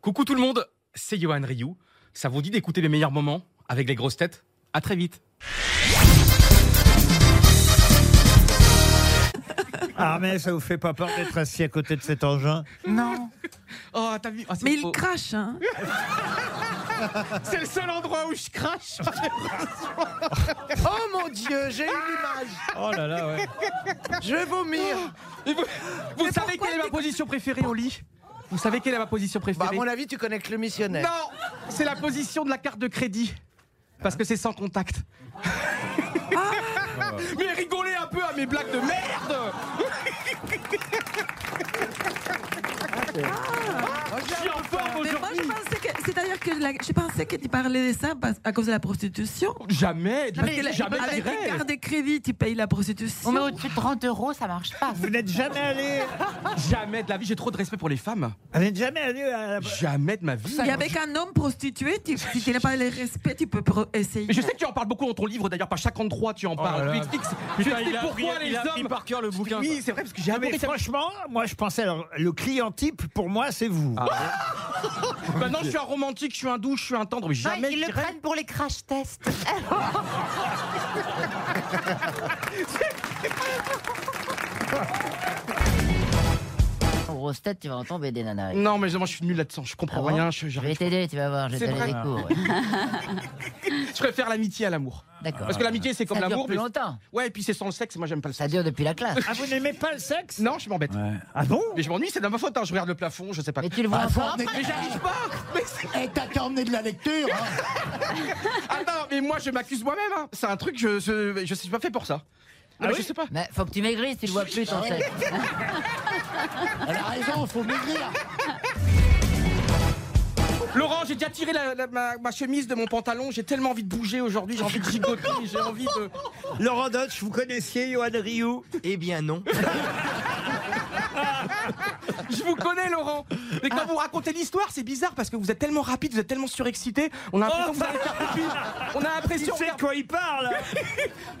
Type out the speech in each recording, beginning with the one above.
Coucou tout le monde, c'est Johan Ryu. Ça vous dit d'écouter les meilleurs moments avec les grosses têtes À très vite. Armel, ça vous fait pas peur d'être assis à côté de cet engin Non. Oh, t'as vu Ah, c'est Mais il faux. crache, hein. C'est le seul endroit où je crache. Oh mon dieu, j'ai une image. Oh là là, ouais. Je vais vomir. Et Vous, vous savez pourquoi quelle est ma t'es- position préférée au lit Vous savez quelle est ma position Bah, à préférée mon avis, tu connais que le missionnaire. Non, c'est la position de la carte de crédit. Parce que c'est sans contact. Mais rigolez un peu à mes blagues de merde Je suis en forme Mais moi, je aujourd'hui pensais que. C'est-à-dire que la- je pensais que tu parlais de ça parce- à cause de la prostitution. Jamais, Parce que la- Ah, ben, jamais je avec les dirais. cartes de crédit, tu payes la prostitution. On met au-dessus de 30 euros, ça marche pas. Vous n'êtes jamais allé, Jamais de la vie, j'ai trop de respect pour les femmes. vous n'êtes jamais allé à la... Jamais de ma vie. Et avec un homme prostitué, tu- si tu n'as pas le respect, tu peux pro- essayer. Mais je sais que tu en parles beaucoup dans ton livre, d'ailleurs, page 53, tu en parles. là tu là. expliques, tu expliques pourquoi les hommes. par cœur le bouquin. Oui, c'est vrai, parce que j'ai Mais adoré ça. franchement, moi je pensais, alors, le client type, pour moi, c'est vous. Ah. Maintenant, je suis un romantique, je suis un doux, je suis un tendre, mais Non, jamais ils je le dirais- prennent pour les crash tests. En grosse tête, tu vas en tomber des nanas. Non, mais moi, je suis nul là-dedans, je comprends Ah bon Oh, rien, je, Je vais j'arrive- t'aider, tu vas voir, je C'est vais te donner des vrai. cours. ouais. je préfère l'amitié à l'amour. D'accord. Parce que l'amitié, c'est comme Ça dure l'amour. plus mais- longtemps. Ouais, et puis c'est sans le sexe, moi, j'aime pas le Ça sexe. dure depuis la classe. Ah, vous n'aimez pas le sexe Non, je m'embête. Ah bon Mais je m'ennuie, c'est de ma faute, hein, je regarde le plafond, je sais pas. Mais tu le vois encore Mais j'arrive pas Mais c'est- Eh, t'as qu'à emmener de la lecture hein. Ah non, mais moi, je m'accuse moi-même, hein. C'est un truc, je, je, je suis pas fait pour ça. Ah Non, mais je sais pas. Mais faut que tu maigrisses, tu le vois plus ton sexe. Elle a raison, faut maigrir Laurent, j'ai déjà tiré la- la- ma, ma chemise de mon pantalon. J'ai tellement envie de bouger aujourd'hui. J'ai envie de gigoter. J'ai envie de. Laurent Dodge, vous connaissiez Johan Rioux Eh bien non. Je vous connais, Laurent. Mais Ah. quand vous racontez l'histoire, c'est bizarre parce que vous êtes tellement rapide, vous êtes tellement surexcité. On a l'impression que vous allez faire pipi. On a Tu l'impression. sais de regarde- quoi il parle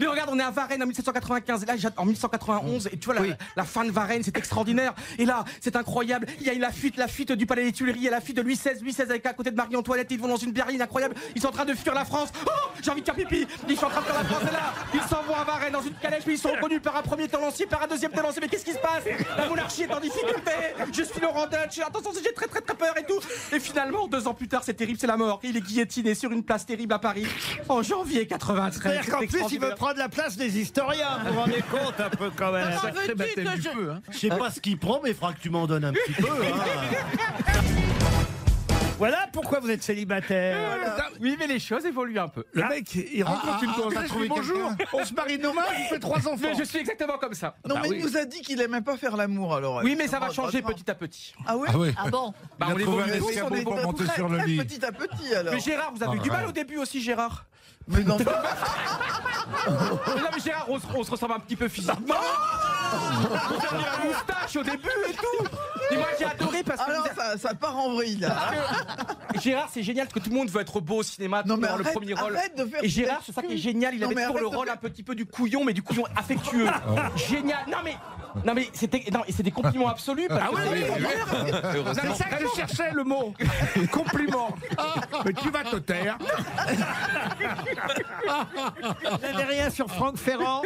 Mais regarde, on est à Varennes en 1795. Et là, j'att- en 1791. Et tu vois, la, la fin de Varennes, c'est extraordinaire. Et là, c'est incroyable. Il y a eu la fuite, la fuite du palais des Tuileries. Il y a la fuite de Louis XVI. Louis XVI avec à côté de Marie-Antoinette. Ils vont dans une berline incroyable. Ils sont en train de fuir la France. Oh, j'ai envie de faire pipi. Ils sont en train de faire la France. Et là, ils s'envoient à Varennes dans une calèche. Puis ils sont reconnus par un premier tenancier, par un deuxième tenancier. Mais qu'est-ce qui se passe La monarchie est en difficulté. Je suis Laurent Dutch. Attention, j'ai très très très peur et tout. Et finalement, deux ans plus tard, c'est terrible. C'est la mort. Il est guillotiné sur une place terrible à Paris en janvier 93. C'est-à-dire qu'en C'est plus, il veut extraordinaire. prendre la place des historiens, vous vous rendez compte un peu quand Ah, même. hein. Je sais pas ce qu'il prend, mais il faudra que tu m'en donnes un petit peu. hein. Voilà pourquoi vous êtes célibataire. Oui, mais les choses évoluent un peu. Le mec, il Ah, rencontre une blonde, il dit bonjour, on se marie demain, on fait trois enfants. Mais je suis exactement comme ça. Non, Bah mais oui. il nous a dit qu'il aimait pas faire l'amour, alors. Oui, mais ça va Oh, changer maintenant. petit à petit. Ah ouais Ah bon Bah, Il a on trouvé évolue un tous, escabeau on pour évolue. monter Très, sur le très lit. petit à petit, alors. Mais Gérard, vous avez eu du mal au début aussi, Gérard. Mais non, mais- Mais non, mais Gérard, on se, on se ressemble un petit peu physiquement. Ah Vous avez la moustache au début et tout. Et moi, j'ai adoré parce que alors vous ça, ça part en vrille, là. êtes- Gérard, c'est génial parce que tout le monde veut être beau au cinéma, tout Non, le mais monde veut arrête, le premier rôle. arrête de faire. Et Gérard, c'est ça qui est génial, il Non, avait mais toujours le arrête de rôle faire- un petit peu du couillon, mais du couillon affectueux. Génial. Non mais, non mais c'était, non, et c'est des compliments absolus. Parce ah oui, C'est ça que je cherchais le mot. Compliment. Mais tu vas te taire. Vous n'avez rien sur Franck Ferrand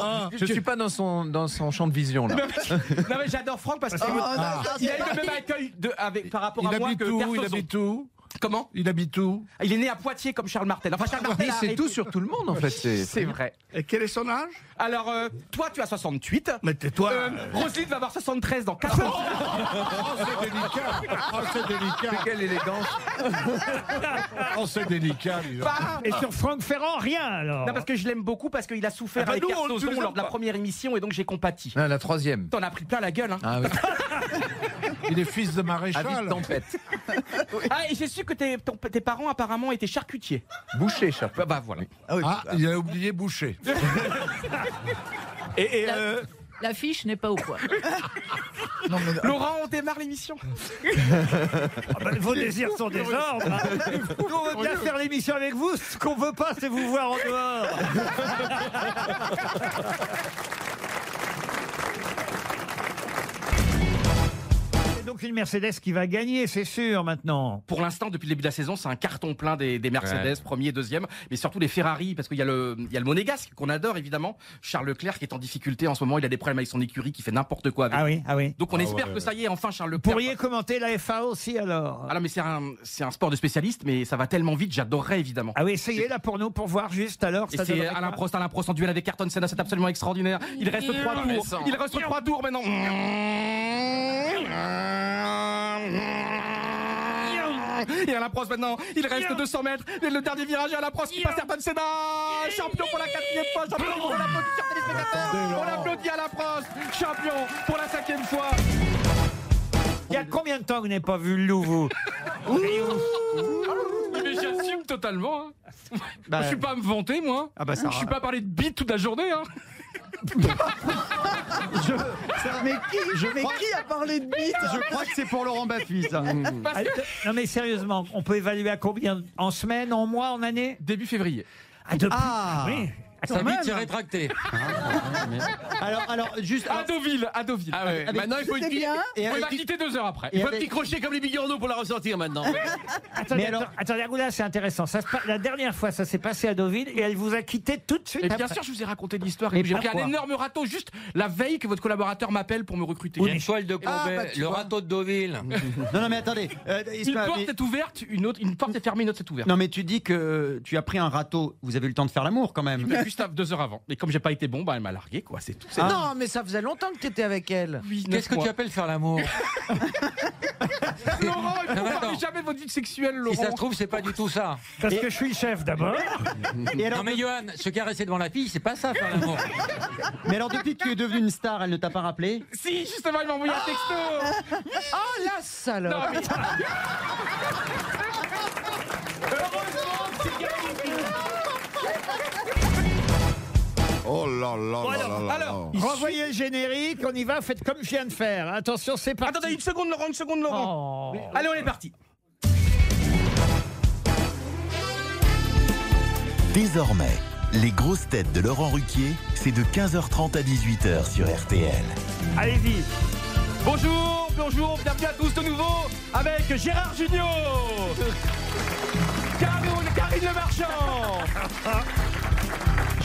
Ah. Je suis pas dans son, dans son champ de vision là. non mais j'adore Franck parce que Oh, non, ça, il a c'est eu le même accueil de, avec, par rapport Il à moi habite que où Il Kersoson. habite où Comment Il habite où Il est né à Poitiers comme Charles Martel. Enfin, Ah, Charles Martel. Mais a c'est arrêté. tout sur tout le monde en fait. C'est C'est vrai. Et quel est son âge Alors, euh, toi, tu as 68. Mais tais-toi. Euh, Roselyne va avoir 73 dans 4 ans. Oh, c'est délicat. Oh, c'est délicat. quelle élégance. Oh, c'est délicat. dis donc. Pas- Et sur Franck Ferrand, rien alors. Non, parce que je l'aime beaucoup parce qu'il a souffert Ah bah avec nous, on- Kersozon tu les aimes lors de la pas. première émission et donc j'ai compati. Ah, la troisième. T'en as pris plein la gueule. Hein. Ah oui. Ah, Il est fils de Avis de maréchal. tempête. Ah, et j'ai su que tes, ton- tes parents apparemment étaient charcutiers. Boucher, cher. Bah, bah, voilà. Ah, il a oublié Boucher. Et, et, La- euh, La fiche n'est pas au point. Non, mais- Laurent, on démarre l'émission. ah bah, vos désirs sont des ordres. hein. Nous, on veut bien faire l'émission avec vous. Ce qu'on veut pas, c'est vous voir en dehors. Et donc une Mercedes qui va gagner, c'est sûr, maintenant. Pour l'instant, depuis le début de la saison, c'est un carton plein des, des Mercedes, Ouais. premier, deuxième, mais surtout les Ferrari, parce qu'il y a le, il y a le monégasque qu'on adore évidemment. Charles Leclerc qui est en difficulté en ce moment, il a des problèmes avec son écurie qui fait n'importe quoi avec. Ah oui, ah oui. Donc on espère que ça y est, enfin Charles Leclerc. Pourriez commenter la FA aussi, alors Ah non, mais c'est un, c'est un sport de spécialiste, mais ça va tellement vite, j'adorerais évidemment. Ah oui, essayez là pour nous, pour voir juste alors. Et ça c'est donnerait Alain quoi Prost, Alain Prost en duel avec Carton Senna, c'est absolument extraordinaire. Il reste trois tours. Il reste trois tours maintenant. Et Alain Prost maintenant, il reste 200 mètres. Et le dernier virage, Alain Prost qui passe Ayrton Senna. Champion pour la quatrième fois, champion pour la chers téléspectateurs. On applaudit Alain Prost, champion pour la cinquième fois. Il y a combien de temps que vous n'avez pas vu le loup, vous Mais j'assume totalement. hein. Je suis pas à me vanter, moi. je suis pas à parler de bite toute la journée. Hein. Mais qui, mais qui a parlé de bite Je crois que c'est pour Laurent Baffy, ça. Ah, Non mais sérieusement, on peut évaluer à combien En semaine, en mois, en année Début février. Ah, depuis- Ah. oui. Sa bite est rétractée. Alors, alors, juste. À Deauville, à Deauville. Ah ouais. Maintenant, il faut une C'était petite. bien Il Et faut avec- la quitter deux heures après. Et Il faut un avec- petit crochet comme les bigorneaux pour la ressortir maintenant. Attendez, Mais alors- attends- attendez, Agoula, c'est intéressant. Ça se pa- la dernière fois, ça s'est passé à Deauville et elle vous a quitté tout de suite. Et bien après. sûr, je vous ai raconté l'histoire. Mais J'ai pris un pourquoi énorme râteau juste la veille que votre collaborateur m'appelle pour me recruter. Une toile de Ah, Combet, bah, tu le vois. râteau de Deauville. Non, non, mais attendez. euh, Une Isma, porte mais- est ouverte, une autre, une porte est fermée, une autre est ouverte. Non, mais tu dis que tu as pris un râteau. Vous avez eu le temps de faire l'amour quand même. Mais juste à- deux heures avant. Et comme j'ai pas été bon, bah elle m'a largué, quoi. C'est tout. C'est Non, mais ça faisait longtemps que t'étais avec elle. Oui, neuf Qu'est-ce que mois. tu appelles faire l'amour Laurent, il Non, faut mais parler attends. jamais de votre vie sexuelle, Laurent. Si Oh. ça se trouve, c'est pas du tout ça. Parce que je suis le chef d'abord. Et alors, Non mais Johan, se caresser devant la fille, c'est pas ça faire l'amour. mais alors, depuis que tu es devenu une star, elle ne t'a pas rappelé Si, justement, il m'a envoyé un texto. Oh la salope Non, mais- Oh là là là là là alors, là. Renvoyez le générique, on y va, faites comme je viens de faire. Attention, c'est parti. Attendez, une seconde, Laurent, une seconde, Laurent. Oh. Allez, on est parti. Désormais, les grosses têtes de Laurent Ruquier, c'est de 15h30 à 18h sur RTL. Allez-y. Bonjour, bonjour, bienvenue à tous de nouveau avec Gérard Junior. Caroline, Karine Le Marchand.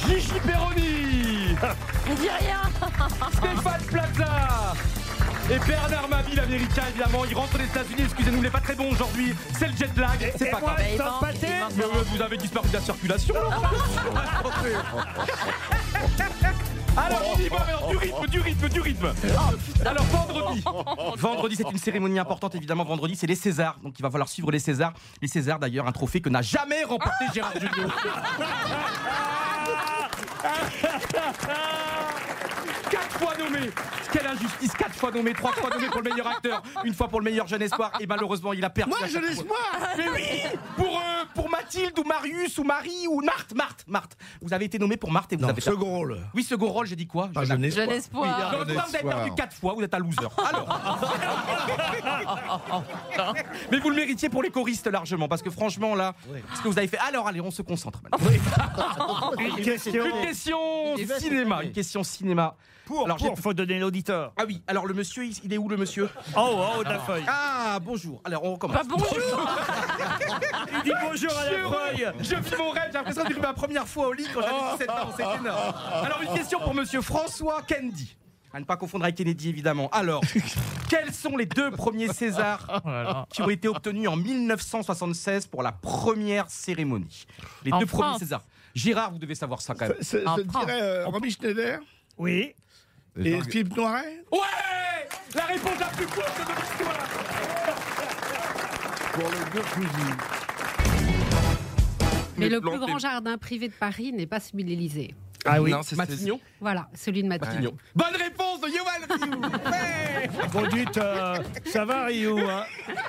Gigi Perroni. dis rien Stéphane Plaza et Bernard Mabille, l'américain évidemment, il rentre des États-Unis, excusez-nous, il n'est pas très bon aujourd'hui, c'est le jet lag, c'est Et pas moi, grave. Il sans manque- pâté, il manque Mais, Laurent. euh, vous avez disparu de la circulation, Laurent. Alors on y va, mais alors, du rythme, du rythme, du rythme. Alors vendredi, vendredi c'est une cérémonie importante évidemment. Vendredi c'est les Césars, donc il va falloir suivre les Césars. Les Césars d'ailleurs, un trophée que n'a jamais remporté Gérard Jugnot. Quatre fois nommé Quelle injustice Quatre fois nommé, trois fois nommé pour le meilleur acteur, une fois pour le meilleur jeune espoir, et malheureusement il a perdu. Moi, jeune espoir Mais oui Pour, euh, pour Mathilde ou Marius ou Marie ou Marthe, Marthe, Marthe Vous avez été nommé pour Marthe et vous avez Second rôle. Ah, Oui, second rôle, j'ai dit quoi Pas J'ai- jeune Je espoir. l'espoir. Non, vous avez perdu quatre fois, vous êtes un loser. Alors Mais vous le méritiez pour les choristes largement, parce que franchement là, ce que vous avez fait. Alors allez, on se concentre maintenant. Une question. Une question cinéma, une question cinéma. Pour, Alors, j'ai- pour, faut donner l'auditeur. Ah oui, alors le monsieur, il il est où le monsieur Oh, oh, de la feuille. Ah, bonjour. Alors, on recommence. Pas bonjour Il dit bonjour à la feuille. Je vis mon rêve, j'ai l'impression de vivre ma première fois au lit quand j'avais 17 ans, c'est énorme. Alors, une question pour monsieur François Kennedy. À ne pas confondre avec Kennedy, évidemment. Alors, quels sont les deux premiers Césars qui ont été obtenus en 1976 pour la première cérémonie Les En deux France. premiers Césars. Gérard, vous devez savoir ça quand même. Je En je France. dirais euh, Romy Schneider Oui. et Philippe Noiret. Ouais La réponse la plus courte de l'histoire Mais le plus grand jardin privé de Paris n'est pas celui de l'Élysée. Ah oui. Matignon Voilà, celui de Matignon. Bonne réponse de Yoann Rioux. Ouais. Bon, dites, euh, ça va, Rio hein Ah,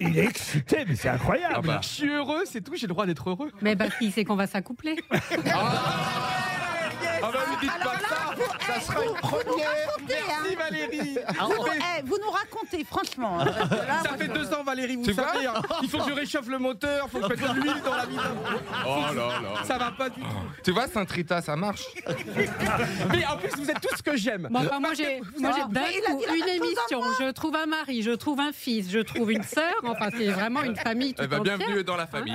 Il est excité, mais c'est incroyable. Je suis heureux, c'est tout, j'ai le droit d'être heureux. Mais parce qu'il sait qu'on va s'accoupler. Ah bah oui, me dites pas ça, ça sera une première. Merci hein. Valérie. Vous nous, eh, vous nous racontez, franchement. parce que là, Ça moi, fait je- deux ans, Valérie, vous Tu savez. vois hein. Il faut que je réchauffe le moteur, faut que je mette de l'huile dans la vitre. Oh là là. Ça va pas du tout. Tu vois, Saint-Rita, ça marche. Mais en plus, vous êtes tout ce que j'aime. Bon, enfin, moi, j'ai moi, j'ai d'un coup une émission. Je trouve un mari, je trouve un fils, je trouve une sœur. Enfin, c'est vraiment une famille tout Eh ben, entière. bienvenue dans la famille.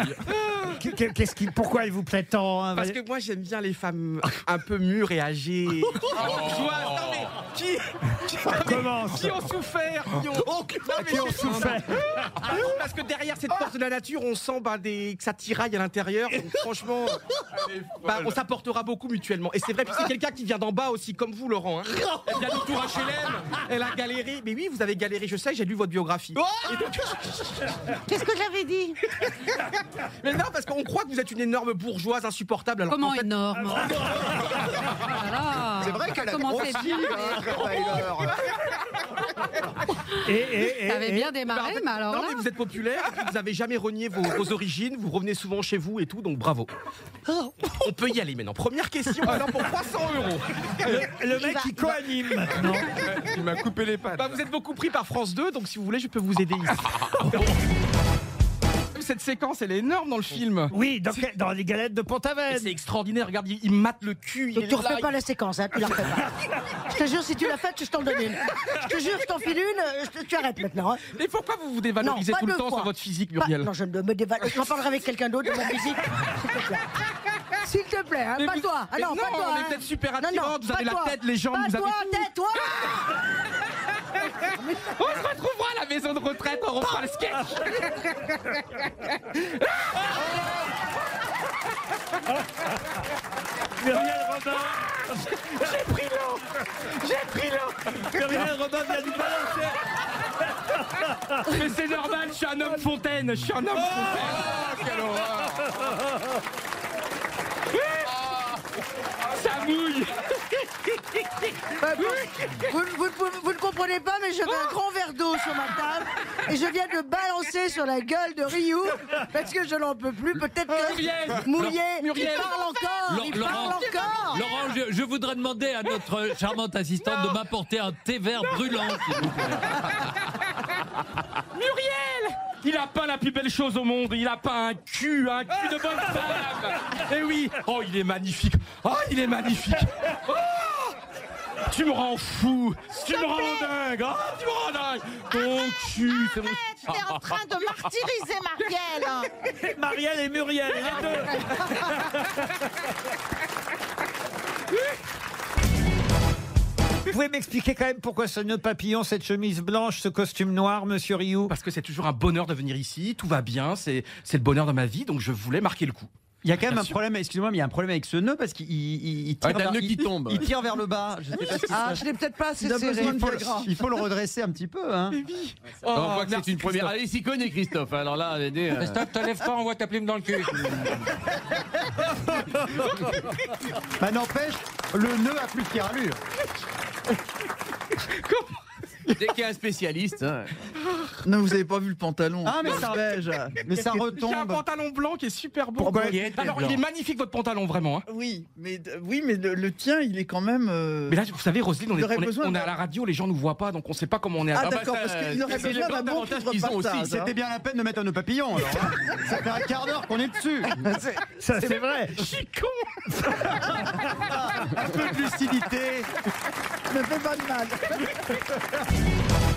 Qu'est-ce qui, pourquoi il vous plaît tant hein, Parce que moi, j'aime bien les femmes un peu mûres et âgées. Je vois- non, mais qui, qui, non, mais Commence. qui ont souffert Qui ont, non, mais Qui ont c'est- souffert. Ah, Parce que derrière cette force de la nature, on sent bah, des, que ça tiraille à l'intérieur. Donc, Franchement, bah, on s'apportera beaucoup mutuellement. Et c'est vrai, puis c'est quelqu'un qui vient d'en bas aussi, comme vous, Laurent. hein. Elle vient du Tour HLM, elle a galéré. Mais oui, vous avez galéré, je sais, j'ai lu votre biographie. Et donc- Qu'est-ce que j'avais dit Mais non, parce qu'on croit que vous êtes une énorme bourgeoise insupportable. Alors Comment Ah, qu'en fait- énorme C'est vrai qu'elle a commencé grossi, bien, hein, Taylor. Et, Ça avait bien démarré, mais alors Non, là- mais vous êtes populaire, et puis vous n'avez jamais renié vos, vos origines, vous revenez souvent chez vous et tout, donc bravo. Oh. On peut y aller maintenant. Première question, maintenant pour 300 euros. Le, le mec qui coanime. Non. Il m'a coupé les pattes. Bah, vous êtes beaucoup pris par France 2, donc si vous voulez, je peux vous aider ici. Cette séquence, elle est énorme dans le film. Oui, dans, que- dans les galettes de Pont-Aven. Et C'est extraordinaire, regarde, il, il mate le cul. il Ben, Donc est tu là, refais il- pas la séquence, hein, tu la refais pas. Je te jure, si tu l'as faite, je t'en donne une. Je te jure, je t'en file une, euh, je te- tu arrêtes maintenant. hein. Mais pourquoi vous vous Non, dévalorisez pas tout le deux temps fois. sur votre physique, Pas- Muriel non, je ne me dévalorise. J'en parlerai avec quelqu'un d'autre de ma musique. S'il te plaît, S'il te plaît, hein, Mais pas vous- toi. Ah mais non, non, pas toi. on est hein. peut-être super Non, non, attirantes, vous pas avez la toi. tête, les jambes, Pas vous avez toi, tout. tais-toi. On se retrouvera à la maison de retraite, on refera le sketch Muriel Robin, J'ai pris l'eau J'ai pris l'eau Muriel Robin vient du balancer. Mais c'est normal, je suis un homme fontaine Je suis un homme fontaine Ça mouille Bah, vous, vous- vous- vous ne comprenez pas, mais j'avais un grand verre d'eau sur ma table et je viens de balancer sur la gueule de Ryu parce que je n'en peux plus. Peut-être Muriel. que mouillé, il Muriel. parle encore, il Laurent, parle encore. Laurent, je, je voudrais demander à notre charmante assistante de m'apporter un thé vert brûlant, s'il vous plaît. Muriel il a pas la plus belle chose au monde, il a pas un cul, un cul de bonne femme. Eh oui, oh il est magnifique, oh il est magnifique. Oh tu me rends fou, tu me rends dingue, oh, tu me rends dingue. Ton cul, c'est mon. T'es en train de martyriser Marielle. Marielle et Muriel, les deux. Vous pouvez m'expliquer quand même pourquoi ce nœud papillon, cette chemise blanche, ce costume noir, monsieur Rioux Parce que c'est toujours un bonheur de venir ici, tout va bien, c'est c'est le bonheur de ma vie, donc je voulais marquer le coup. Il y a quand même Bien un sûr. problème, excusez-moi, mais il y a un problème avec ce nœud parce qu'il il- il tire, Ah, Ouais, t'as Ah, le vers- nœud qui il- tombe. il tire vers le bas. Je sais pas si Ah, ça- je l'ai peut-être pas assez Il a serré. besoin de- Il faut le- Il faut le redresser un petit peu. Hein. Oh, on voit que c'est une première. Allez, s'y connaît, Christophe. Alors là, allez, Ah, euh, Christophe, te lève pas, on voit ta plume dans le cul. Bah, N'empêche, le nœud a plus de carrelure. dès qu'il y a un spécialiste. hein. Non, vous avez pas vu le pantalon. Ah, mais ça- Beige. mais ça J'ai un retombe. pantalon blanc qui est super beau. Pourquoi il est Alors, il est magnifique votre pantalon, vraiment. hein. Oui, mais euh, oui, mais le, le tien, il est quand même. euh, Mais là, vous savez, Roselyne, on Il est, aurait on est- besoin on est d'un- à la radio, les gens nous voient pas, donc on sait pas comment on est à Ah, la d'accord, parce qu'il aurait c'est besoin le d'un grand bon avantage titre qu'ils ont aussi, partage, hein. C'était bien la peine de mettre un nœud papillon. Alors, hein. Ça fait un quart d'heure qu'on est dessus. Ça, c'est vrai. Chicon Un peu de lucidité. Ne fais pas de mal.